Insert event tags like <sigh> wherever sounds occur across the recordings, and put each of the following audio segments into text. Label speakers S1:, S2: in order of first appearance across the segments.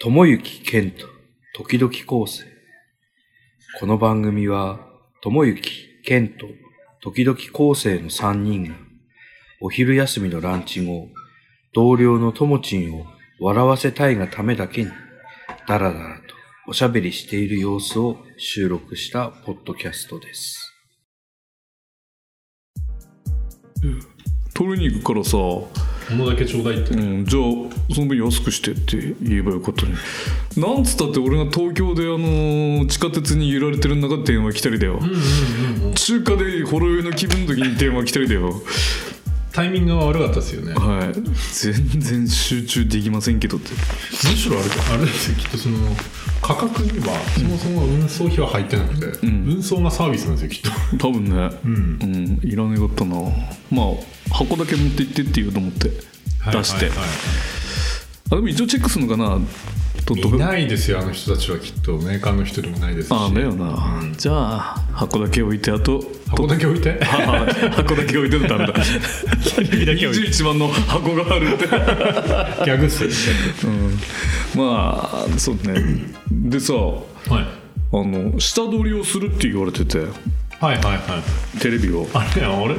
S1: 友幸健と時々構成。この番組は、友幸健と時々構成の3人が、お昼休みのランチ後、同僚のともちんを笑わせたいがためだけに、だらだらとおしゃべりしている様子を収録したポッドキャストです。
S2: 取りに行くからさ、
S3: ものだけちょうだいって
S2: うん、じゃあその分安くしてって言えばよかったねなんつったって俺が東京であのー地下鉄に揺られてる中電話来たりだよ、中華でほろ酔いの気分の時に電話来たりだよ
S3: タイミングが悪かったですよね
S2: はい全然集中できませんけどって
S3: むしろあれあれですよきっとその価格にはそもそも運送費は入ってなくて、運送がサービスなんですよきっと、
S2: 多分ねうんいらねえかったなまあ箱だけ持って行ってって言うと思って出して、
S3: はいはいはい
S2: あでも一応チェックするのかなと
S3: いないですよあの人たちはきっとメーカーの人でもないですし
S2: ああだよな、じゃあ箱だけ置いてあと
S3: 箱だけ置いて
S2: あー箱だけ置いてた <laughs> んだ21番の箱があるって
S3: <laughs> ギャグっすよ
S2: まあそうねでさあ
S3: はい
S2: の下取りをするって言われてて
S3: はいはいはい
S2: テレビを
S3: あれあれ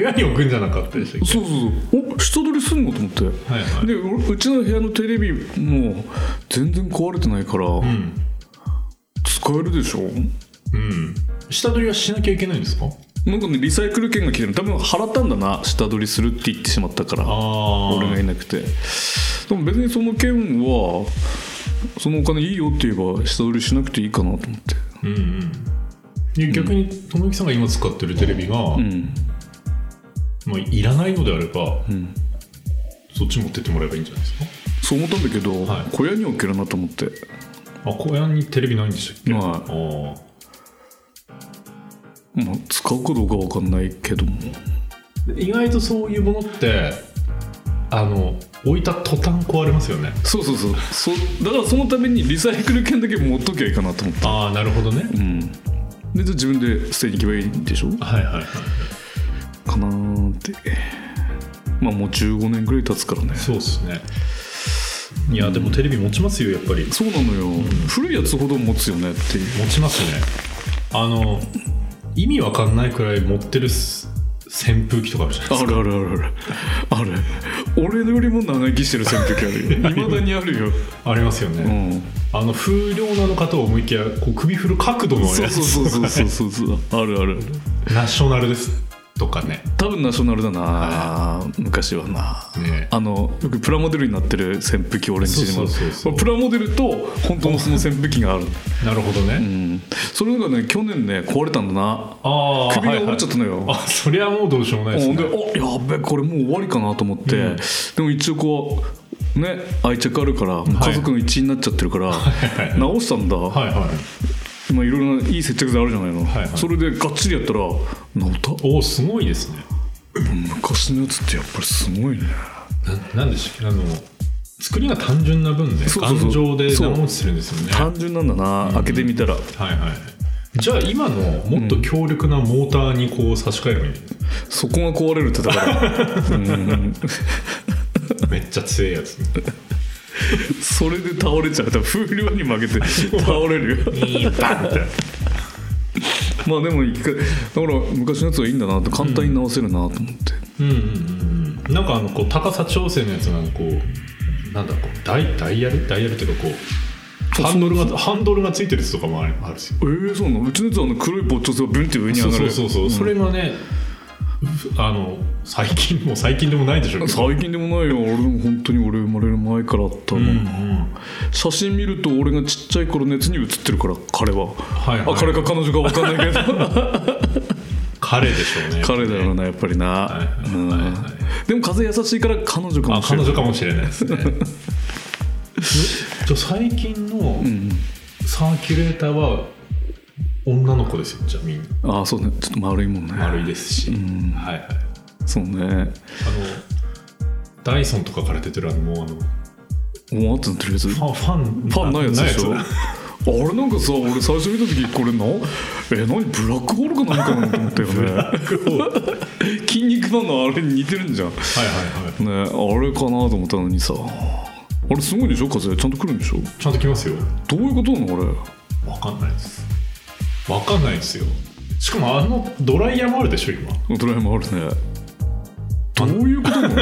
S3: 部屋に置くんじゃなかったでしたっけ
S2: そうそうそうお下取りすんのと思って、
S3: はいはい
S2: でううちの部屋のテレビも全然壊れてないから、
S3: ん
S2: 使えるでしょ
S3: うん下取りはしなきゃいけないんですか
S2: なんかねリサイクル券が来てる多分払ったんだな下取りするって言ってしまったから
S3: あ
S2: 俺がいなくてでも別にその件はそのお金いいよって言えば下取りしなくていいかなと思って
S3: うんうんで逆に友之さんが今使ってるテレビが、
S2: うん
S3: まあ、いらないのであれば、
S2: ん
S3: そっち持ってってもらえばいいんじゃないですか
S2: そう思ったんだけど、
S3: はい
S2: 小屋に置けるなと思って
S3: あ小屋にテレビないんでしたっけ、
S2: はい
S3: あー
S2: まあ使うかどうか分かんないけども
S3: 意外とそういうものってあの置いた途端壊れますよね
S2: そうそうそうそだからそのためにリサイクル券だけ持っときゃいいかなと思って
S3: ああなるほどね
S2: うんでじゃあ自分で捨てに行けばいいんでしょ
S3: はいはいはい
S2: かなーってまあもう15年ぐらい経つからね
S3: そうですねいやでもテレビ持ちますよやっぱり
S2: そうなのよ、古いやつほど持つよねっていう
S3: 持ちますねあの意味わかんないくらい持ってるす扇風機とかあるじゃないです
S2: あるあるあるあるある俺よりも長生きしてる扇風機
S3: <laughs>
S2: あるよいまだにあるよ、
S3: かありますよね、
S2: うん、
S3: あの風量なのかと思いきやこう首振る角度のやつ
S2: そうそうそうそうそうそうあるある
S3: ナショナルですとかね
S2: 多分ナショナルだな昔はな
S3: ね
S2: あのよくプラモデルになってる扇風機オレンジにもある
S3: そうそうそうそう
S2: プラモデルと本当のその扇風機がある、
S3: なるほどね、
S2: うん、それがね去年ね壊れたんだな
S3: ああ
S2: 首が折れちゃったのよ、
S3: はいはいあそりゃもうどうしようもないです
S2: ほんで
S3: ね
S2: 「あやっべこれもう終わりかな」と思って、
S3: うん
S2: でも一応こうね愛着あるから家族の一員になっちゃってるから、直したんだ、
S3: はいはい
S2: まあいろいろないい接着剤あるじゃないの、
S3: はいはい
S2: それでがっちりやったら直った
S3: おおすごいですね
S2: 昔のやつってやっぱりすごいね
S3: ななんでしたっけあの作りが単純な分ね
S2: そうそうそう
S3: 頑丈で長持ちするんですよね
S2: 単純なんだな、開けてみたら
S3: はいはいじゃあ今のもっと強力なモーターにこう差し替えるばいい
S2: そこが壊れるってだから
S3: <laughs>
S2: うん
S3: めっちゃ強いやつ、
S2: それで倒れちゃう多分風量に負けて倒れるよ
S3: いいバンって
S2: まあでも一回だから昔のやつはいいんだなって簡単に直せるなと思って、
S3: うんうんうんうんなんかあのこう高さ調整のやつがこうなんだこうダイダイヤルダイヤルっていうかこうハンドルがハンドルがついてるやつとかもあるあるんですよ
S2: えー、そうなのうちのやつはあの黒いポッチョスがブンって上に
S3: そ
S2: 上
S3: う
S2: が
S3: そう
S2: る
S3: そうそう、それがねふあの最近もう最近でもないでしょうけど
S2: 最近でもないよ俺でも本当に俺生まれる前からあったもん、
S3: うん
S2: 写真見ると俺がちっちゃい頃熱に写ってるから彼は、
S3: はいは
S2: あ
S3: い
S2: 彼か彼女か分かん
S3: <laughs>
S2: ないけど
S3: 彼でしょうね
S2: 彼だよなやっぱりな、
S3: いはい
S2: うん
S3: はいは
S2: でも風優しいから彼女か
S3: あ
S2: もしれな
S3: 彼
S2: い
S3: 女かもしれないですね
S2: <laughs>
S3: えじゃあ最近のサーキュレーターは女の子ですよじゃあみんな
S2: あそうねちょっと丸いもんね
S3: 丸いですし、はいはい
S2: そうね
S3: あのダイソンとかから出てるあのもうあの
S2: もうあってなってるやつ
S3: ファンファン
S2: パンないやつでしょ
S3: ないや
S2: あれなんかさ俺最初見た時これなえ何ブラックホールかなんかなと思
S3: <laughs>
S2: ったよね
S3: つだ
S2: 筋肉マンのあれに似てるんじゃん
S3: はい
S2: ね
S3: はいはい
S2: あれかなと思ったのにさあれすごいでしょ風ちゃんと来るんでしょ
S3: ちゃんと来ますよ
S2: どういうことなのあれ
S3: わかんないですわかんないですよしかもあのドライヤーもあるでしょ今
S2: ドライヤーもあるねどういうこと
S3: <laughs>
S2: な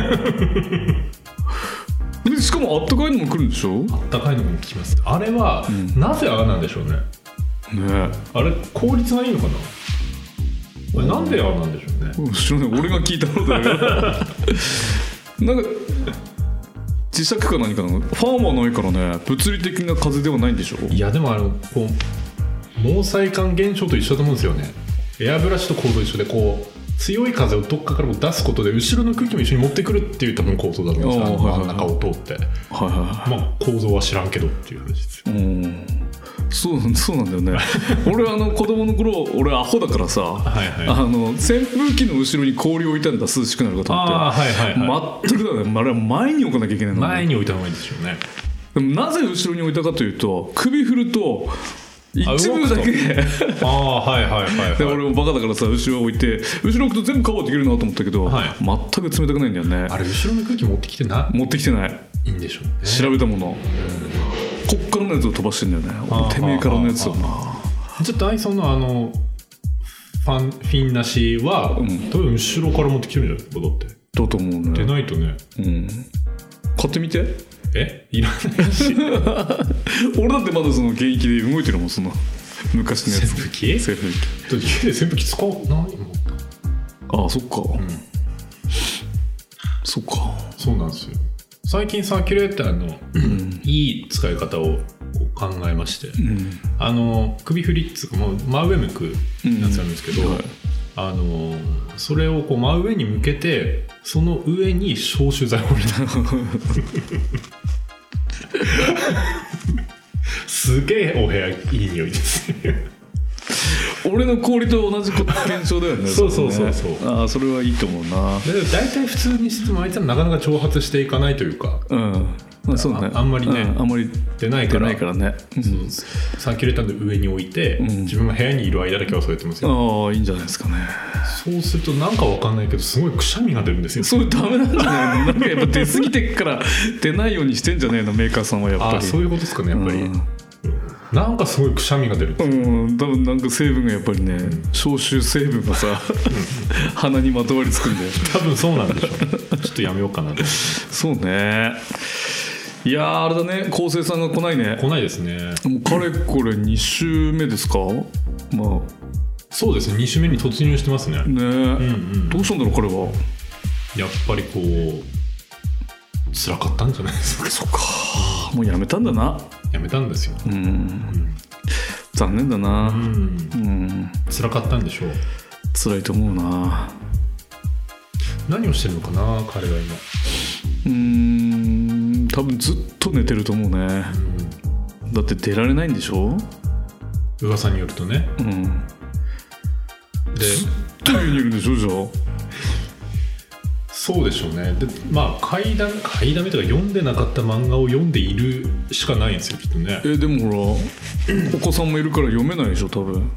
S2: のでしかもあったかいのも来るんでしょね
S3: 高いのも聞きますあれは、
S2: うん
S3: なぜああなんでしょうね
S2: え
S3: あれ効率がいいのかなあれなんでああなんでしょうね
S2: うん知らない俺が聞いたことだから <laughs> なんか自作か何かなのファンはないからね物理的な風ではないんでしょ
S3: いやでもあのこう毛細管現象と一緒だと思うんですよねエアブラシと構造一緒でこう強い風をどっかからも出すことで後ろの空気も一緒に持ってくるっていう多分構造だと思うんですよ
S2: あーはい
S3: 真
S2: は
S3: ん
S2: いはい
S3: 中を通って
S2: はいはいはい
S3: まあ構造は知らんけどっていう話ですよ
S2: うんそうなんそうなんだよね <laughs> 俺あの子供の頃俺アホだからさ、
S3: はいはい
S2: あの扇風機の後ろに氷を置いたんだ涼しくなるかと思って
S3: ああはいはいはい、
S2: 全くだねあれは前に置かなきゃいけないの
S3: 前に置いた方がいいんですよね
S2: でもなぜ後ろに置いたかというと首振ると一部だけ <laughs> で
S3: ああはいはいはい、はい、
S2: 俺もバカだからさ後ろ置いて後ろ置くと全部カバーできるなと思ったけど、
S3: はい
S2: 全く冷たくないんだよね
S3: あれ後ろの空気持ってきてな
S2: 持ってきてない
S3: いいんでしょうね
S2: 調べたもの、こっからのやつを飛ばしてんだよね
S3: ああ
S2: てめえからのやつをな
S3: ちょっとアイソンのあのファンフィンなしは、
S2: うん
S3: 多分後ろから持ってきてるんじゃないですかだって
S2: だと思う
S3: で
S2: ね、
S3: ないとね
S2: うん、買ってみて
S3: えいらないし <laughs>
S2: 俺だってまだその現役で動いてるもんその昔のやつ
S3: 扇風機
S2: 扇風機
S3: 途中で扇風機使わないもん
S2: ああそっか、
S3: ん
S2: そっか
S3: そうなんですよ最近サーキュレーターの
S2: うん
S3: いい使い方をこう考えまして
S2: うん
S3: あの首振りっつうかもう真上向くやつなんですけど、
S2: はい
S3: あのそれをこう真上に向けてその上に消臭剤を
S2: <laughs>
S3: 入れたすげえお部屋いい匂いですね
S2: 俺の氷と同じ現象だよね
S3: そうそうそう
S2: れね
S3: そ
S2: ああそれはいいと思うな
S3: だけど大体普通にしてもあいつらなかなか挑発していかないというか
S2: うんまあそうね
S3: ああんまりね
S2: うんあんまり
S3: でない
S2: 出
S3: から
S2: ないからね、うん
S3: サーキュレーターの上に置いて、
S2: うん
S3: 自分が部屋にいる間だけはそうやってますよ
S2: ああいいんじゃないですかね
S3: そうするとなんかわかんないけどすごいくしゃみが出るんですよ
S2: それダメなんじゃないのなんかやっぱ出過ぎてっから出ないようにしてんじゃねえのメーカーさんはやっぱ
S3: あ
S2: り
S3: あそういうことですかねやっぱり、
S2: うん
S3: なんかすごいくしゃみが出る
S2: うん、多分なんか成分がやっぱりね消臭成分がさ鼻にまとわりつくんだよ
S3: 多分そうなんでしょ
S2: <laughs>
S3: うちょっとやめようかなと
S2: そうねいやーあれだね昴生さんが来ないね
S3: 来ないですね
S2: もうかれこれ2週目ですかま
S3: そうですね2週目に突入してますね
S2: あね、
S3: うんうん
S2: どうしたんだろう彼は
S3: やっぱりこう辛かったんじゃないですか <laughs>
S2: そっかもうやめたんだな
S3: やめたんですよ
S2: うん残念だ
S3: う
S2: なんうん
S3: 辛かったんでしょう
S2: 辛いと思うな
S3: 何をしてるのかな彼は今
S2: うん多分ずっと寝てると思うねだって出られないんでしょ
S3: うん噂によるとね
S2: うん
S3: で
S2: というにいるんでしょじゃ
S3: そうでしょうねでまあ買いだ買いだめとか読んでなかった漫画を読んでいるしかないんですよきっとね
S2: えでもほらお子さんもいるから読めないでしょ多分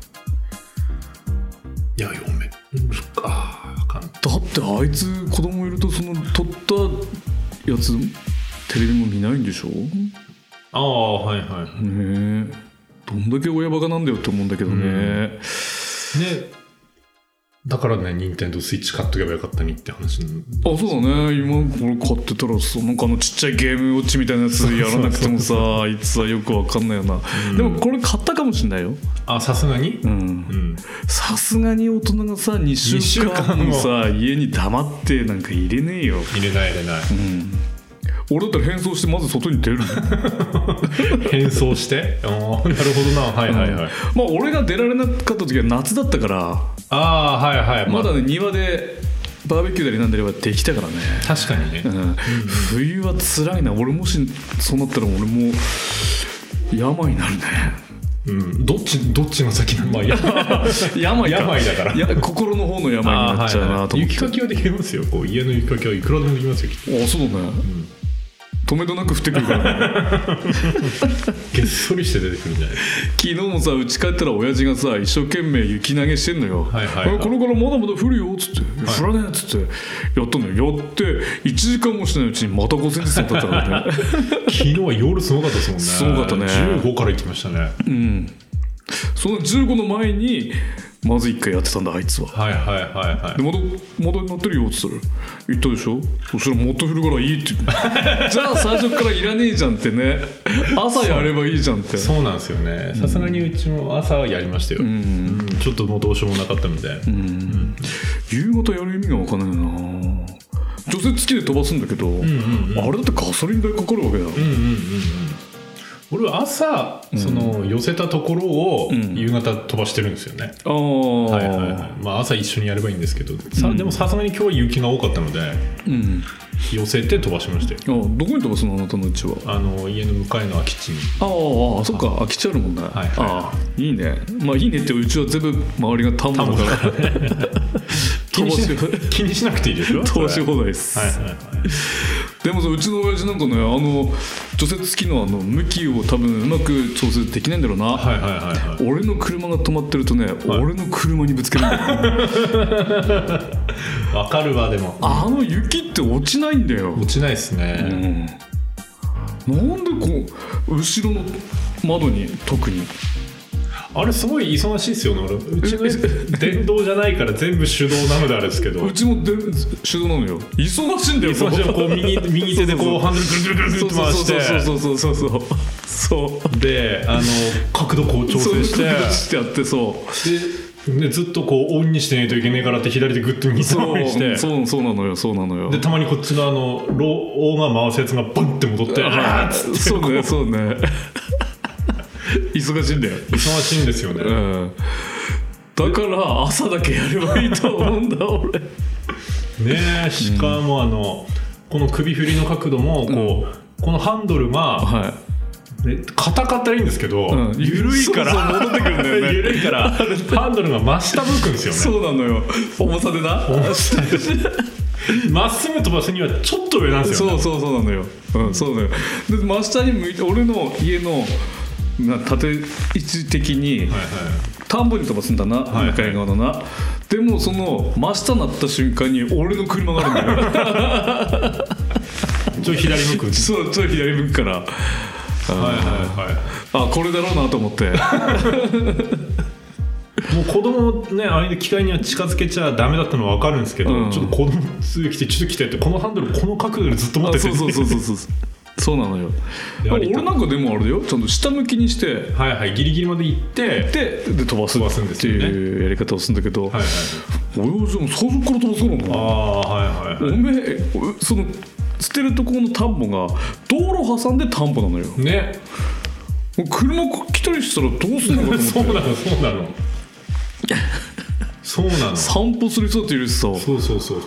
S3: いや読めうんそっかあーわかんない
S2: だってあいつ子供いるとその撮ったやつテレビも見ないんでしょね
S3: ああはいはい
S2: えどんだけ親バカなんだよって思うんだけどね、
S3: ねだからね任天堂スイッチ買っとけばよかったにって話に
S2: あそうだね今これ買ってたらそのかのちっちゃいゲームウォッチみたいなやつやらなくてもさあいつはよくわかんないよな、でもこれ買ったかもしんないよ
S3: あさすがに
S2: うん
S3: うん
S2: さすがに大人がさ2週間も
S3: 二週
S2: さ家に黙ってなんか入れねえよ
S3: 入れない入れない
S2: 俺だったら変装してまず外に出る
S3: 変装してああなるほどなはいはいはい、
S2: まあ俺が出られなかった時は夏だったから
S3: ああはいはい
S2: ま
S3: まだ
S2: だね庭でバーベキューだりなんだりはできたからね、
S3: 確かにね
S2: うん、冬は辛いな俺もしそうなったら俺もう病になる
S3: <laughs>
S2: ね
S3: うんどっちどっちが先なの <laughs> まあいや
S2: 病か
S3: 病だから
S2: いや心の方の病に
S3: ああ
S2: なっ
S3: は
S2: ちゃうなと思って
S3: 雪かきはできますよこう家の雪かきはいくらでもできますよきっと
S2: あそうだね、止めどなく降ってくるから、ね、
S3: げっそりして出てくるんじゃない
S2: 昨日もさ家帰ったら親父がさ一生懸命雪投げしてんのよ、
S3: はいはいはい
S2: あこれからまだまだ降るよっつって「降らねえ」っつってやったのよやって1時間もしないうちにまた5センチ差だったから
S3: <laughs>
S2: ね
S3: <laughs> 昨日は夜すごかったですもんね
S2: すごかったね
S3: 15から行きまし
S2: <laughs>
S3: たね
S2: うんその15の前にまず1回やってたんだあいつは
S3: はいはいはいは
S2: で元元になってるよっつったら言ったでしょそしたらもっと降るからいいって言って
S3: <laughs>
S2: じゃあ最初からいらねえじゃんってね朝やればいいじゃんって
S3: いそうなんですよねさすがにうちも朝はやりましたよ、うんちょっともうどうしようもなかったみたいな、
S2: 夕方やる意味が分かんないよな除雪機で飛ばすんだけど、あれだってガソリン代かかるわけだよ、
S3: 俺は朝その寄せたところを夕方飛ばしてるんですよね、
S2: ああ、
S3: はいはいはいまあ、朝一緒にやればいいんですけどさ、でもさすがに今日は雪が多かったので
S2: うん
S3: 寄せて飛ばしましたよ
S2: あどこに飛ばすのあなたのうちは
S3: あの家の向かいの空き地
S2: <laughs>
S3: に
S2: あああそっか空き地あるもんね、
S3: いはい
S2: ああいいねまあいいねってうちは全部周りが田んぼだから飛
S3: 気に
S2: ば
S3: し
S2: し
S3: 気にしなくていいでしょ
S2: 飛ばし
S3: それ
S2: 放題です、
S3: はいはいはい
S2: でもさうちの親父なんかねあの除雪機のあの向きを多分うまく調節できないんだろうな、
S3: はいはいはいはい
S2: 俺の車が止まってるとね、俺の車にぶつけるんだよ
S3: <laughs>
S2: ね
S3: わかるわでも
S2: あの雪って落ちないんだよ、
S3: 落ちないです
S2: う
S3: ね、
S2: ん、なんでこう後ろの窓に特に
S3: あれすごい忙しいですよね俺うちのやつ電動じゃないから全部手動なのであれですけど
S2: うちもで手動なのよ忙しいんだよ
S3: 忙しいのこう右右手でこうハンドルぐるぐるぐる
S2: そ
S3: ぐるっ
S2: う
S3: て回
S2: そ
S3: して
S2: うそうそうそうそうそうそう
S3: であの角度こう調整し
S2: そう
S3: て
S2: いうことしてやってそう
S3: でねずっとこうオンにしてないといけないからって左でグッと右手
S2: そ
S3: にして
S2: うそうそうなのよそうなのよ
S3: でたまにこっちのあのローが回すやつがバンって戻ってあーっつって
S2: そうねそうね忙しいんだよ
S3: 忙しいんですよね、
S2: うんだから朝だけやればいいと思うんだ俺
S3: ねえしかもあの、この首振りの角度もこう、このハンドルが
S2: はい
S3: で硬かったらいいんですけど、
S2: うん
S3: 緩いから
S2: そうそう戻ってくるんだよね
S3: <laughs> 緩いからハンドルが真下向くんですよね
S2: そうなのよ重さでな
S3: まっすぐ飛ばすにはちょっと上なんですよ
S2: そ
S3: ね
S2: うそうそうなのよ、うん、そうなのよで真下に向いて俺の家のな縦位置的に
S3: はいはい
S2: 田んぼに飛ばすんだな、
S3: いはい
S2: 向かい側のなでもその真下になった瞬間に俺の車があるん
S3: <laughs>
S2: だよ
S3: ちょい左向くんです
S2: そうちょい左向くから
S3: はいはいは
S2: あこれだろうなと思って
S3: いもう子供をねああいう機械には近づけちゃダメだったのは分かるんですけど、
S2: うん
S3: ちょっと子供ついてきてちょっと来てってこのハンドルこの角度でずっと持っ
S2: あ
S3: てて
S2: そうそうそうそうそうそうなのよ
S3: やり
S2: 俺
S3: た
S2: なんかでもあれだよちゃんと下向きにして
S3: はいはいギリギリまで行ってはいはい
S2: でで飛ばす
S3: 飛ばすんで
S2: って
S3: すよね
S2: いうやり方をするんだけど、
S3: はい
S2: 俺はじゃあ最初から飛ばすのかな
S3: ああはいはい
S2: お
S3: は
S2: めえその捨てるところの田んぼが道路挟んで田んぼなのよ
S3: いね
S2: もう車来たりしたらどうすんのかと
S3: <laughs> そ
S2: 思
S3: う
S2: って
S3: なのそうなのそうなの
S2: 散歩する人っているしさ
S3: そうそうそうそう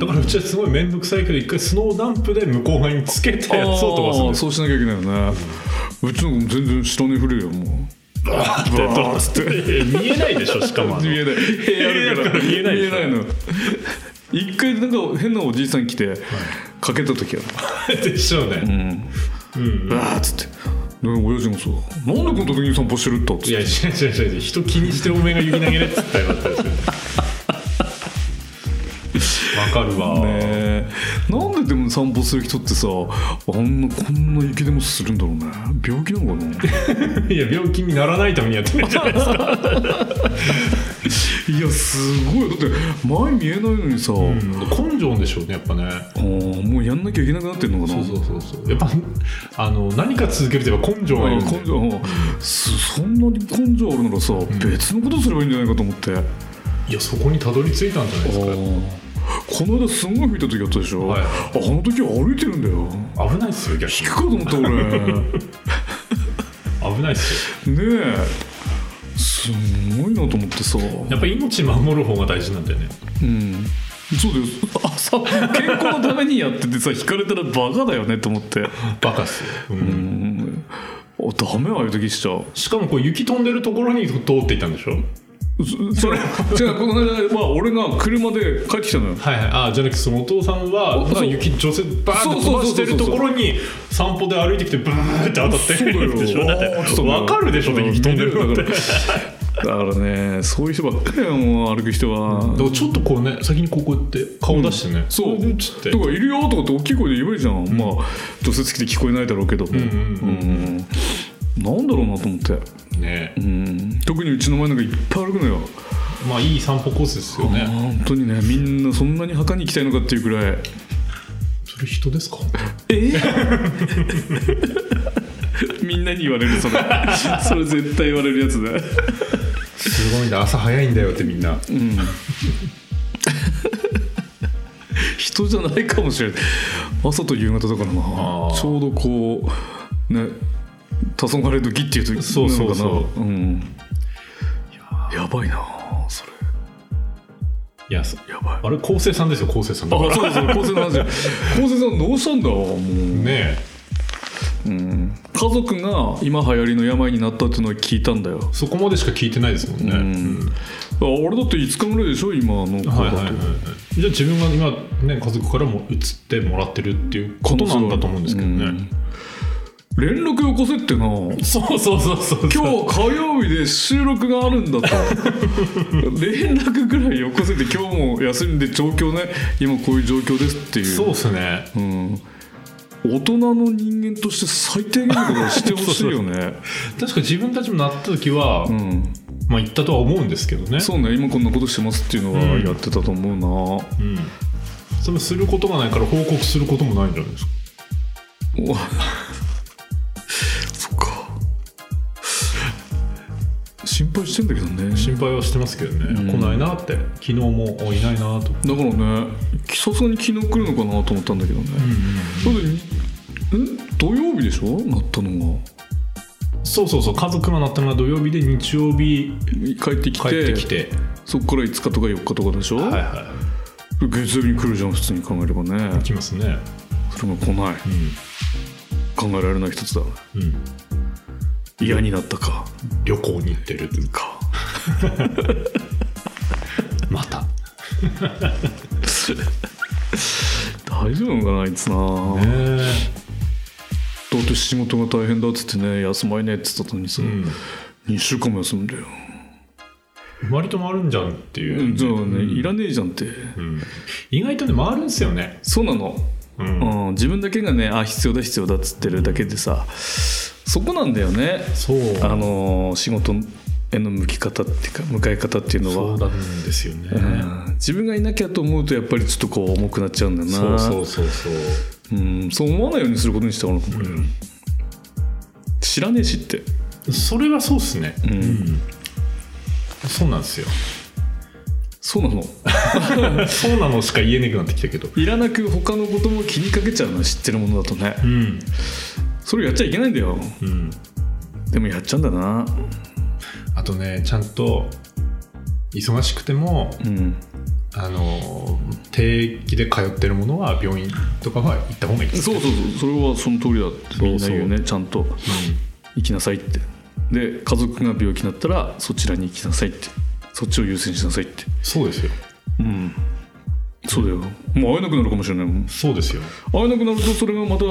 S3: だからうちはすごい面倒くさいけど一回スノーダンプで向こう側につけてやつを飛ばすん
S2: あー
S3: です
S2: そうしなきゃいけないよね、うちの子も全然下に降るよもうバーって飛ばして
S3: え見えないでしょしか <laughs> もあの
S2: 見えない部屋あるから
S3: 見えないでしょ
S2: の一回なんか変なおじいさん来て、かけた時は
S3: でしょうね
S2: バーっつってで親父もそうなんでこの時に散歩してるったっつって
S3: いや違う違う違う違う人気にしておめえが雪投げれっつったよだったですよわかるわ、 <laughs>
S2: ねえなんででも散歩する人ってさあんなこんな雪でもするんだろうね病気なのかな
S3: いや病気にならないためにやってるんじゃないですか
S2: <laughs> いやすごいだって前見えないのにさ、
S3: 根性でしょうねやっぱね
S2: あーもうやんなきゃいけなくなってんのかな
S3: そうそうそうやっぱあの何か続けるとやっぱ根性がいるん
S2: あ
S3: で
S2: ー根性うんすそんなに根性あるならさ、別のことすればいいんじゃないかと思ってあ
S3: いやそこにたどり着いたんじゃないですか
S2: ーこの間すんごい吹いた時あったでしょ、
S3: はい
S2: あの時歩いてるんだよ
S3: 危ないっすよ逆
S2: 行くかと思った <laughs> 俺ね
S3: に危ないっすよ
S2: えすんごいなと思ってさ
S3: やっぱ命守る方が大事なんだよね
S2: うんそうだよ朝健康のためにやっててさ引かれたらバカだよねと思って <laughs>
S3: バカっすよ、うん
S2: うんあダメああいう時しちゃう
S3: しかもこう雪飛んでるところに通っていたんでしょ
S2: そそれじゃあこの間、 <laughs> まあ、俺が車で帰ってきたのよ
S3: はいはい、あじゃなくてそのお父さんは
S2: そう
S3: まあ雪除雪バーンって飛ばしてるところに散歩で歩いてきてブーって当たって
S2: そうだよ
S3: るでしょだって
S2: あーそうだよ
S3: わかるでしょだって雪飛んでるのっ
S2: だ
S3: て
S2: からだからねそういう人ばっかりよもう歩く人は、
S3: だからちょっとこうね先にこうこうやって顔出してね、
S2: そう
S3: れでちょっと
S2: とかいるよとかって大きい声で言えばいいじゃん、まあ除雪機で聞こえないだろうけどもうん
S3: うん
S2: なんだろうなと思って、
S3: ね
S2: うん、特にうちの前なんかいっぱい歩くのよ、
S3: まあいい散歩コースですよね
S2: 本当にねみんなそんなに墓に行きたいのかっていうくらい
S3: それ人ですか
S2: え <laughs> みんなに言われる
S3: <laughs>
S2: それそれ絶対言われるやつだ
S3: すごいな朝早いんだよってみんな
S2: 人じゃないかもしれない朝と夕方だからな
S3: あー
S2: ちょうどこうね黄昏時っていうと
S3: そうそうそう
S2: なのかなうん、やばいなそれ
S3: いやそ
S2: やばい
S3: あれ昴生さんですよ昴生さんだから
S2: あそうそう構成の話だ構成さんどうしたんだもう、
S3: ね
S2: うん、家族が今流行りの病になったっていうのは聞いたんだよ
S3: えそこまでしか聞いてないですもんね、
S2: うんあ俺だって5日ぐらいでしょ今の子だと、
S3: はいはいはいはい、じゃあ自分が今、ね、家族からも移ってもらってるっていうことなんだと思うんですけどね、
S2: うん連絡よこせってな
S3: そうそうそうそう
S2: 今
S3: 今日
S2: 日火曜日で収録があるん
S3: <laughs>
S2: だと連絡ぐらいよこせって今日も休んで状況ね今こういう状況ですっていう
S3: そうっすね
S2: うん、大人の人間として最低限のことをしてほしいよ
S3: <laughs>
S2: ね
S3: 確か自分たちもなった時は、
S2: うん
S3: まあ言ったとは思うんですけどね
S2: そうね今こんなことしてますっていうのは
S3: うん
S2: やってたと思うな、
S3: うんそれすることがないから報告することもないんじゃないですか
S2: お <laughs> そっか心配してんだけどね
S3: 心配はしてますけどね、
S2: うん
S3: 来ないなって昨日もあいないなと、
S2: だからねさすがに昨日来るのかなと思ったんだけどね、だってにん土曜日でしょなったのが
S3: そうそうそう家族がなったのが土曜日で日曜日
S2: 帰ってきて
S3: 帰ってきて
S2: そっから5日とか4日とかでしょ、
S3: はいは
S2: 月曜日に来るじゃん普通に考えればね
S3: い来ますね
S2: それが来ない考えられない一つだ
S3: うん、うん、
S2: 嫌になったか
S3: 旅行に行ってるっていうかまた
S2: 大丈夫なのかなあいつな、
S3: え
S2: だって仕事が大変だっつってね休まいねっつったのにさ、
S3: うん
S2: 2週間も休んだよ、
S3: 割と回るんじゃんっていう、
S2: じゃあね、いらねえじゃんって
S3: うん意外とね回るんですよね
S2: そうなの
S3: うん
S2: うん、自分だけがねあ必要だ必要だっつってるだけでさそこなんだよね
S3: そう
S2: あのー仕事への向き方っていうか向かい方っていうの
S3: そ
S2: は
S3: うなんですよね、
S2: うん自分がいなきゃと思うとやっぱりちょっとこう重くなっちゃうんだよな
S3: そうそうそうそう
S2: うん、そう思わないようにすることにしたの、知らねえしって
S3: それはそうっすねうん、そうなんですよ
S2: そうなの
S3: そうなのしか言えなくなってきたけど
S2: いらなく他のことも気にかけちゃうの知ってるものだとね
S3: うん
S2: それやっちゃいけないんだよ
S3: うん
S2: でもやっちゃうんだな
S3: あとねちゃんと忙しくても
S2: うん
S3: あの定期で通ってるものは病院とかは行った方がいいです
S2: そうそうそうそれはその通りだってみんな言うねちゃんと行きなさいってで家族が病気になったらそちらに行きなさいってそっちを優先しなさいって
S3: そうですよ
S2: うんそうだよもう会えなくなるかもしれないもん
S3: そうですよ
S2: 会えなくなるとそれがまた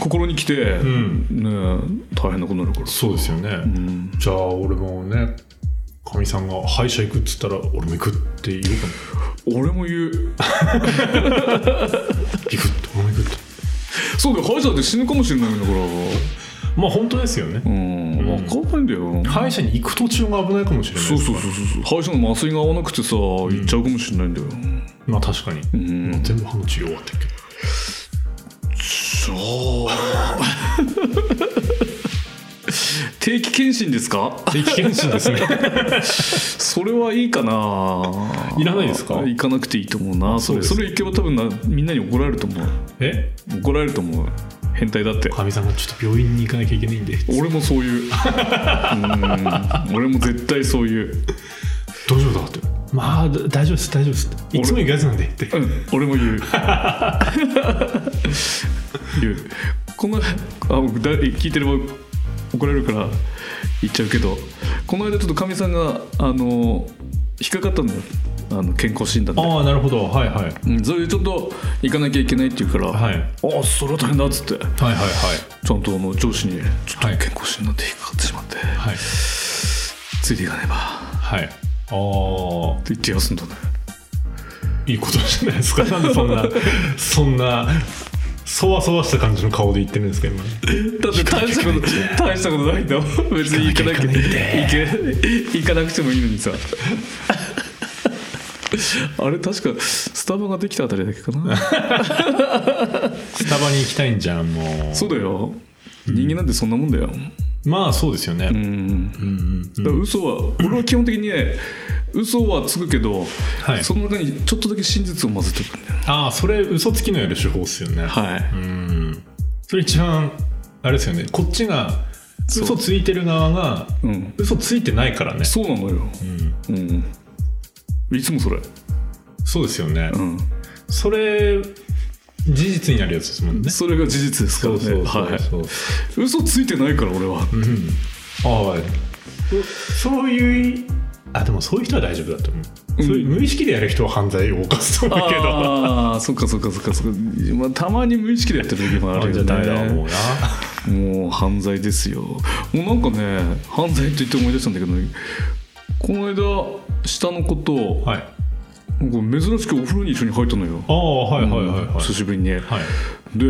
S2: 心に来て、
S3: ん
S2: ねえ大変なことになるから
S3: そうですよね、じゃあ俺もねかみさんが歯医者行くっつったら俺も行くって言うかも
S2: 俺も言う
S3: 行くって俺も行くって
S2: そうだよ歯医者だって死ぬかもしれないんだから
S3: まあ本当ですよね、
S2: うん分かんないんだよ、
S3: 歯医者に行く途中が危ないかもしれない
S2: そうそうそうそう歯医者の麻酔が合わなくてさ行っちゃうかもしれないんだよ、
S3: まあ確かに、まあ全部歯の治療終わってるけど
S2: そう <laughs> 定期検診ですか
S3: 定期検診ですね
S2: <laughs> それはいいかない
S3: らないですか
S2: 行かなくていいと思うなそれ
S3: そ
S2: そうれ行けば多分なみんなに怒られると思う
S3: え
S2: 怒られると思う変態だって
S3: かみさんがちょっと病院に行かなきゃいけないんで
S2: 俺もそういううん俺も絶対そういう、
S3: 大丈夫だってまあだ大丈夫です大丈夫ですっていつも行くやつなんでって
S2: うん、俺も言う言うこのあ僕だ聞いてれば怒られるから言っちゃうけどこの間ちょっとかみさんがあの引っかかったんだよあの健康診断で、
S3: ああなるほどはいはいはい
S2: うん、それでちょっと行かなきゃいけないって言うから、
S3: はい
S2: ああそれは大変だっつって
S3: はいはい
S2: ちゃんとあの上司にちょっと
S3: はい
S2: 健康診断で引っかかってしまって、
S3: はい
S2: ついていかねばっ
S3: はいああ
S2: て言って休んだんだよ
S3: いいことじゃないですかなんでそ
S2: <laughs>
S3: んなそんなそわそわした感じの顔で言ってるんですか今
S2: だって大したこと大したことないんだ <laughs> もん別に行かなきゃ行け行かなくてもいいのにさ <laughs> あれ確かスタバができたあたりだっけかな
S3: スタバに行きたいんじゃんもう
S2: そうだよ人間なんてそんなもんだよ
S3: まあそうですよね、
S2: うん、
S3: うんうんうん
S2: だから嘘は俺は基本的にね嘘はつくけど、
S3: はい
S2: その中にちょっとだけ真実を混ぜておくんだよ
S3: ああそれ嘘つきのやる手法ですよね、
S2: はい、
S3: うんそれ一番あれですよねこっちが
S2: そう
S3: 嘘ついてる側が
S2: うん、
S3: 嘘ついてないからね
S2: そうなのよ
S3: うん
S2: うんいつもそれ
S3: そうですよね、
S2: うん
S3: それ事実になるやつですもんね、
S2: それが事実ですからねはい嘘ついてないから俺は
S3: うん、ああそそういうあでもそういう人は大丈夫だと思う、
S2: うん
S3: そういう無意識でやる人は犯罪を犯すと思うけど
S2: ああそっかそっかそっかそっか、まあ、たまに無意識でやってる時もあ
S3: あ
S2: る
S3: れじゃ
S2: よ
S3: ダメだ
S2: ね
S3: もうな
S2: もう犯罪ですよもうなんかね犯罪と言って思い出したんだけどこの間下の子と、
S3: はい
S2: なんか珍しくお風呂に一緒に入ったのよ
S3: ああはいはいはいはい、
S2: うん久しぶりにね、
S3: はい
S2: で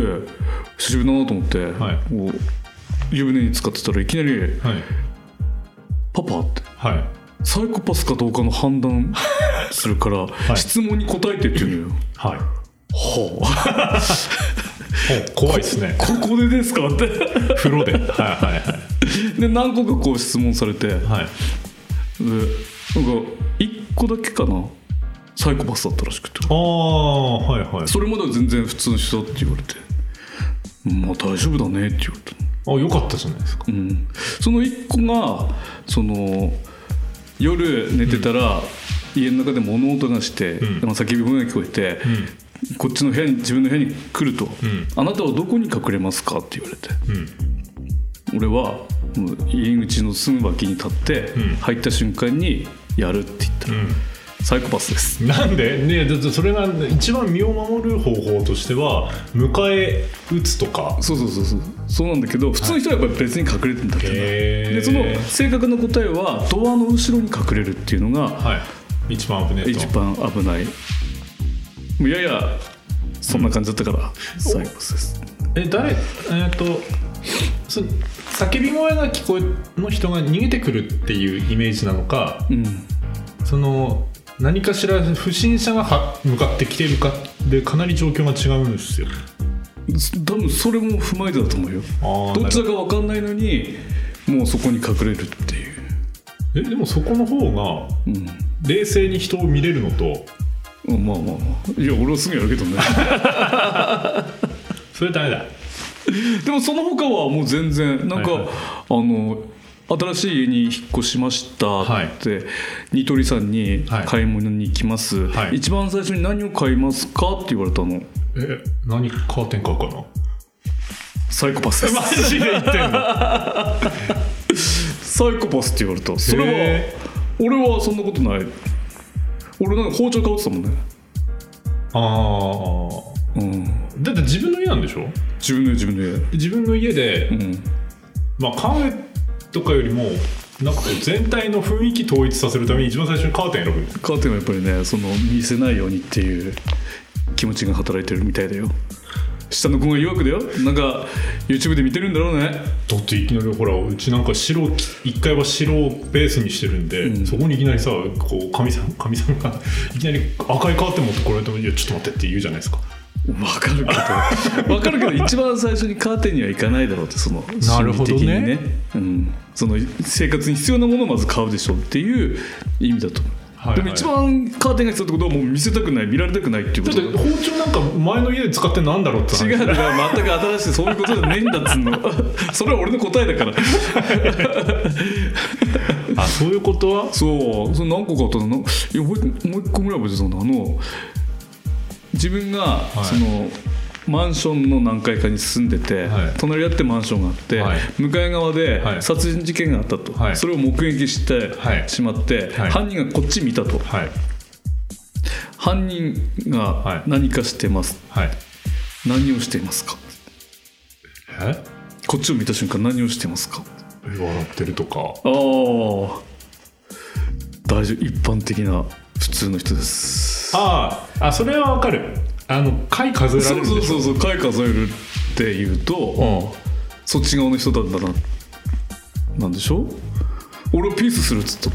S2: 久しぶりだなと思って、
S3: はい
S2: こう湯船に浸かってたらいきなり
S3: はい
S2: 「パパ」って
S3: はい
S2: サイコパスかどうかの判断するから、
S3: い
S2: 質問に答えてって言うのよ。
S3: はい
S2: はあ
S3: お怖いですね
S2: ここでですかって
S3: 風呂ではいはいはい
S2: で何個かこう質問されてでなんか
S3: はい。
S2: 1個だけかなサイコパスだったらしくて
S3: ああ、はいはい。
S2: それまでは全然普通の人だって言われてまあ大丈夫だねって言われて、
S3: あ、よかったじゃないですか。
S2: うん、その1個がその夜寝てたら、家の中で物音がして、
S3: ん
S2: まあ叫び声が聞こえて、
S3: う
S2: こっちの部屋に自分の部屋に来ると、
S3: ん
S2: あなたはどこに隠れますか?」って言われて
S3: ん。うん。
S2: 俺はもう入り口のすぐ脇に立って、
S3: うん
S2: 入った瞬間にやるって言ったら、サイコパスです
S3: うん。なんでねだってそれが一番身を守る方法としては迎え撃つとか
S2: そうそうそうそうそうなんだけど普通の人はやっぱり別に隠れてんだけど、
S3: へー
S2: でその正確な答えはドアの後ろに隠れるっていうのが
S3: はい一番危ねえと
S2: 一番危ないもうややそんな感じだったから、サイコパスです
S3: え誰えーっとそ叫び声が聞こえの人が逃げてくるっていうイメージなのか
S2: うん
S3: その何かしら不審者がは向かってきてるかでかなり状況が違うんですよ
S2: 多分それも踏まえてだと思うよ
S3: あ
S2: どっち
S3: だ
S2: だか分かんないのにもうそこに隠れるっていう、
S3: えでもそこの方が
S2: うん、
S3: 冷静に人を見れるのと
S2: うんまあまあまあいや俺はすぐやるけど
S3: <laughs>
S2: ね
S3: それダメだ
S2: でもその他はもう全然なんか、
S3: はいはい
S2: あの新しい家に引っ越しましたって、
S3: はい
S2: ニトリさんに
S3: はい
S2: 買い物に行きます、
S3: はい
S2: 一番最初に何を買いますかって言われたの
S3: え何カーテン買うか
S2: <laughs>
S3: な
S2: サイコパス
S3: <laughs>
S2: です
S3: ジで言ってんの
S2: サイコパスって言われたそれ
S3: へ
S2: は俺はそんなことない俺なんか包丁買うってたもんね、
S3: あ
S2: うん、
S3: あだって自分の家なんでしょ
S2: 自分で自分で
S3: 自分の家で、
S2: うん
S3: まあカフェとかよりもなんかこう全体の雰囲気統一させるために一番最初にカーテン選ぶんです
S2: カーテンはやっぱりねその見せないようにっていう気持ちが働いてるみたいだよ下の子が曰くだよなんか YouTube で見てるんだろうね
S3: だっていきなりほらうちなんか白1階は白をベースにしてるんで、
S2: うん
S3: そこにいきなりさこうかみさん <laughs> かみさんがいきなり赤いカーテン持ってこられても「いやちょっと待って」って言うじゃないですか
S2: わかるけ
S3: <laughs>
S2: どわかるけど一番最初にカーテンには行かないだろうってその
S3: なるほどね
S2: 心理的にうん、その生活に必要なものをまず買うでしょうっていう意味だと思う、
S3: はいはい
S2: でも一番カーテンが必要ってことはもう見せたくない見られたくないっていう
S3: だ
S2: こ
S3: っ
S2: と
S3: て
S2: だ
S3: 包丁なんか前の家で使ってなんだろうって話
S2: 違うだから全く新しいそういうことじゃねえんだっつう
S3: <laughs>
S2: のそれは俺の答えだから
S3: あそういうことは
S2: そうそれ何個かあったのないや覚えてもう一個ぐらい覚えてたんだあの自分が、
S3: い
S2: そのマンションの何階かに住んでて、
S3: はい
S2: 隣り合ってマンションがあって、
S3: はい
S2: 向かい側で
S3: はい
S2: 殺人事件があったと、
S3: はい
S2: それを目撃して
S3: はい
S2: しまって、
S3: はい
S2: 犯人がこっち見たと
S3: はい
S2: 犯人が
S3: はい
S2: 何かしてます、
S3: はい
S2: 何をしていますか
S3: え
S2: こっちを見た瞬間何をしてますか
S3: 笑ってるとか
S2: ああ大丈夫一般的な普通の人です
S3: あああそれはわかるあの回数えられ
S2: そ
S3: る
S2: うん
S3: でし
S2: そ
S3: ょ
S2: うそうそう回数えるっていうと、そっち側の人だったらなんでしょう俺はピースするっつっ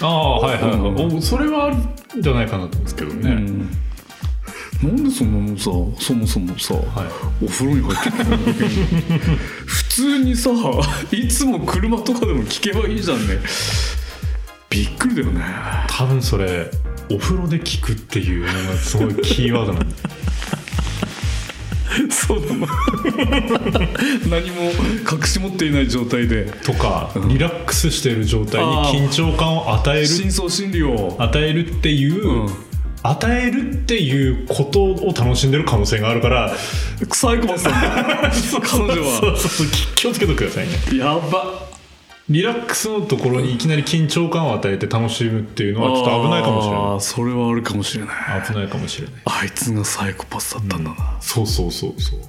S2: た、
S3: ああはいはい、はい
S2: うん
S3: おそれはあるんじゃないかなと思うんですけどね、
S2: うん、なんでそんなもんさそもそもさ、
S3: は
S2: お風呂に入ってくる普通にさいつも車とかでも聞けばいいじゃんねびっくりだよね
S3: 多分それお風呂で聞くっていうのがすごいキーワードなんで
S2: <laughs> そうだな <laughs> 何も隠し持っていない状態で
S3: とかリラックスしてる状態に緊張感を与える
S2: 深層心理を
S3: 与えるっていう、
S2: うん
S3: 与えるっていうことを楽しんでる可能性があるから
S2: サイコパスなんだ <laughs> 彼女
S3: そう
S2: は
S3: そうそう気気をつけてくださいね
S2: やば
S3: リラックスのところにいきなり緊張感を与えて楽しむっていうのはちょっと危ないかもしれ
S2: あーそれはあるかもしれない
S3: ない危ないかもしれない
S2: あいつがサイコパスだったんだな、
S3: そうそうそうそう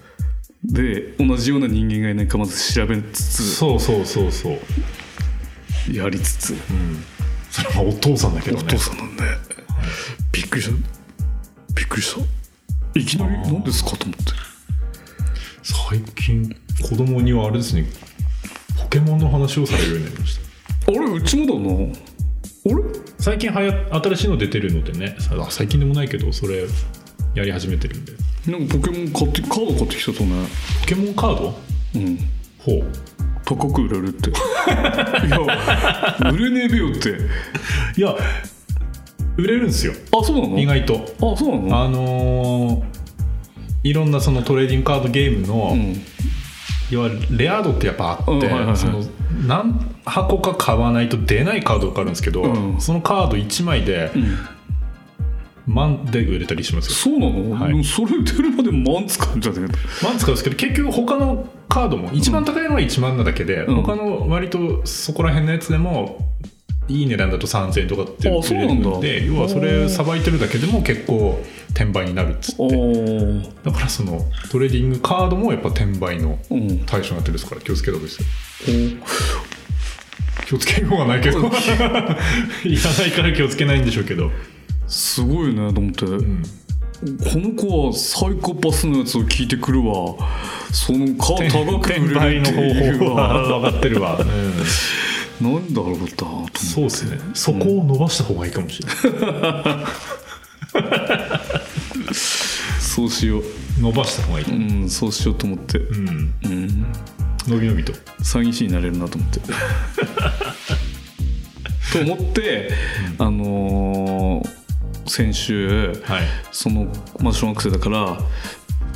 S2: で同じような人間がいないかまず調べつつ
S3: そうそうそうそう
S2: やりつつ、
S3: それはお父さんだけど
S2: お
S3: ね
S2: 父さんなんでびっくりしたびっくりしたいきなり何ですかと思って
S3: 最近子供にはあれですねポケモンの話をされるようになりまし
S2: あ
S3: た
S2: れうちもだなあれ
S3: 最近はや新しいの出てるのでねさあ最近でもないけどそれやり始めてるんで
S2: なんかポケモン買ってカード買ってきたとね
S3: ポケモンカード
S2: うん
S3: ほう
S2: 高く売れるって <laughs> いや売れねえべよって
S3: いや売れるんですよ
S2: あそうなの
S3: 意外と
S2: あそうなの
S3: あのーいろんなそのトレーディングカードゲームの、
S2: うん
S3: いわゆるレア度ってやっぱあ
S2: うんは
S3: って、
S2: いはいはい
S3: その何箱か買わないと出ないカードがあるんですけど、
S2: うん
S3: そのカード1枚で
S2: ん
S3: 万で売れたりしますよ、
S2: そうなの、
S3: はい
S2: でもそれ出るまで満つかんじゃね
S3: <laughs> 万使うんですけど結局他のカードも一番高いのは1万なだけで、
S2: ん
S3: 他の割とそこら辺のやつでもいい値段だと3000円とかって
S2: あ
S3: 売
S2: そう
S3: れ
S2: な
S3: る
S2: んだ
S3: ので要はそれさばいてるだけでも結構転売になるっつっ
S2: お
S3: て
S2: ー
S3: だからそのトレーディングカードもやっぱ転売の
S2: うん
S3: 対象になってるんですから気をつけた方がいいですよ気をつけようがないけど <laughs> いらないから気をつけないんでしょうけど、
S2: すごいねと思って、
S3: うん、
S2: この子はサイコパスのやつを聞いてくるわその顔高く売れるっていうわ
S3: 分かってるわ、
S2: <laughs> なんだろうなと思って
S3: そうですねそこを伸ばした方がいいか
S2: <laughs>
S3: もしれない、
S2: そうしよう
S3: 伸ばした方がいい、
S2: うんそうしようと思って
S3: うん、
S2: うん
S3: 伸び伸びと
S2: 詐欺師になれるなと思
S3: <laughs>
S2: ってと思って、あのー先週
S3: はい
S2: その、まあ、小学生だから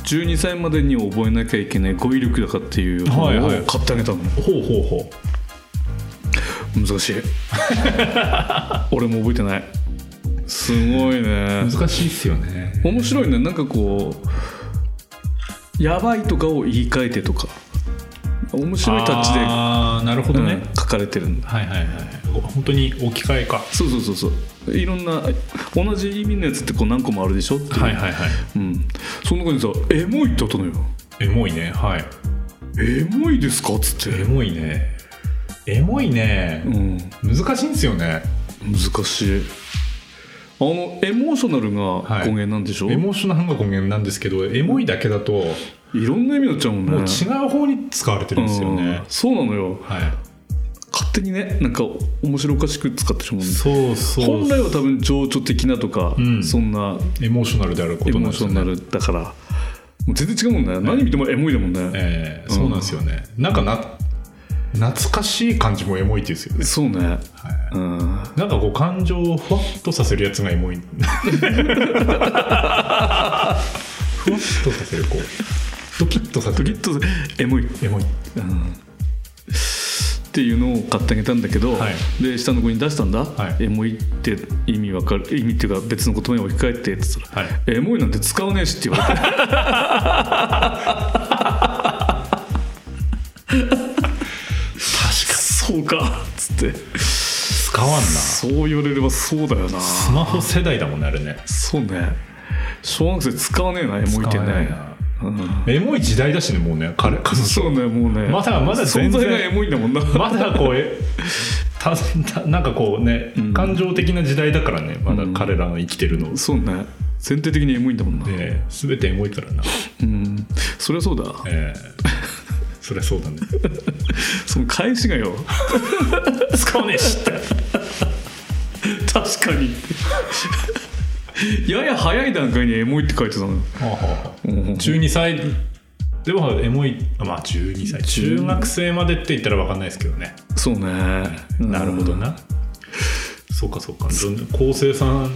S2: 12歳までに覚えなきゃいけない語彙力だかっていう本を
S3: はいはい
S2: 買ってあげたの、
S3: ほうほうほう
S2: 難しい <laughs> 俺も覚えてないすごいね
S3: 難しいっすよね
S2: 面白いねなんかこうやばいとかを言い換えてとか面白いタッチで、
S3: ああなるほどね、
S2: うん書かれてるんだ
S3: はいはいはい本当に置き換えか
S2: そうそうそうそういろんな同じ意味のやつってこう何個もあるでしょっていう、
S3: はいはいはい
S2: うん、その中にさ「エモい」ってあったのよ
S3: エモいねはい
S2: 「エモいですか?」っつって
S3: エモいねエモいね
S2: う、ん
S3: 難しいんですよね
S2: 難しいあのエモーショナルが語源なんでしょ、
S3: エモーショナルが語源なんですけどエモいだけだと
S2: い、ろんな意味になっちゃうもんね
S3: もう違う方に使われてるんですよね
S2: うん、そうなのよ
S3: はい
S2: 勝手にねなんか面白おかしく使ってしまうもんね
S3: そうそう
S2: 本来は多分情緒的なとか、
S3: うん
S2: そんな
S3: エモーショナルであるこ
S2: エ
S3: となん
S2: モー
S3: です
S2: ショ
S3: よね
S2: ナルだからもう全然違うもんね何見てもエモいだもんね、
S3: ええそうなんですよね、なんかな懐かしい感じもエモいって言うんですよね、
S2: そうね
S3: はい
S2: うん
S3: なんかこう感情をふわっとさせるやつがエモいふわっとさせるこうドキッとさせ
S2: ドキ
S3: る
S2: ッとエモい、
S3: エモい
S2: うん、っていうのを買ってあげたんだけど、
S3: はい
S2: で下の子に出したんだ「
S3: はい
S2: エモい」って意味わかる意味っていうか別の言葉に置き換えてって言ったら「
S3: はい
S2: エモいなんて使わねえし」って言われて確かそうかっつって
S3: 使わんなス
S2: そう言われればそうだよな
S3: マホ世代だもんねあれね
S2: そうね小学生使わねえなエモいって
S3: 使わない
S2: ね
S3: な
S2: うん
S3: エモい時代だしねもうね彼彼女
S2: そうねもうね
S3: まだまだ
S2: 存
S3: 全然
S2: 在がエモいんだもんな
S3: まだこうえたたなんかこうね、
S2: ん
S3: 感情的な時代だからねまだ彼らの生きてるの、
S2: そうね前提的にエモいんだもんな、
S3: で全て動いたらな、
S2: うんそりゃそうだ
S3: ええ <laughs> そりゃそうだね
S2: その返しがよ
S3: 使わねえしって
S2: 確かにやや早い段階にエモいって書いてたのよ
S3: 12歳ではエモいあまあ12歳中学生までって言ったら分かんないですけどね、
S2: そうね、
S3: なるほどなそうかそうかどん高生さんも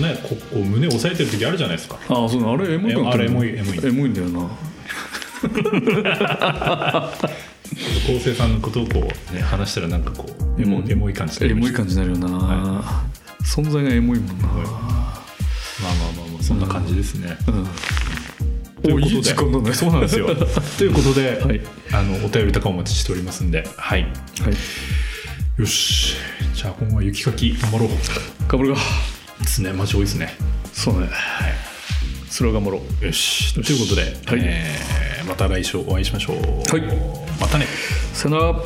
S3: ねここう胸押さえてる時あるじゃないですか
S2: ああそうねあれエモいなってる
S3: あれエモいエモい
S2: エモいんだよな
S3: 高生さんのことをこう、ね、話したらなんかこうエモ,、
S2: うん
S3: エモい感じに
S2: エ
S3: なりま
S2: モい
S3: した
S2: 感じになるよな、存在がエモいもんな、
S3: まあまあまあまあそんな感じですね、
S2: うん、
S3: と
S2: お
S3: いうことで
S2: いい時間だね
S3: そうなん
S2: <laughs>
S3: ですよということで、
S2: はい
S3: あのお便りとかお待ちしておりますんではい
S2: はい
S3: よしじゃあ今後は雪かき頑張ろうで
S2: 頑張るか
S3: すねマジ多いですね
S2: そうねそれは頑張ろう
S3: よしということで、
S2: はい
S3: えーまた来週お会いしましょう、
S2: はい
S3: またね
S2: さよなら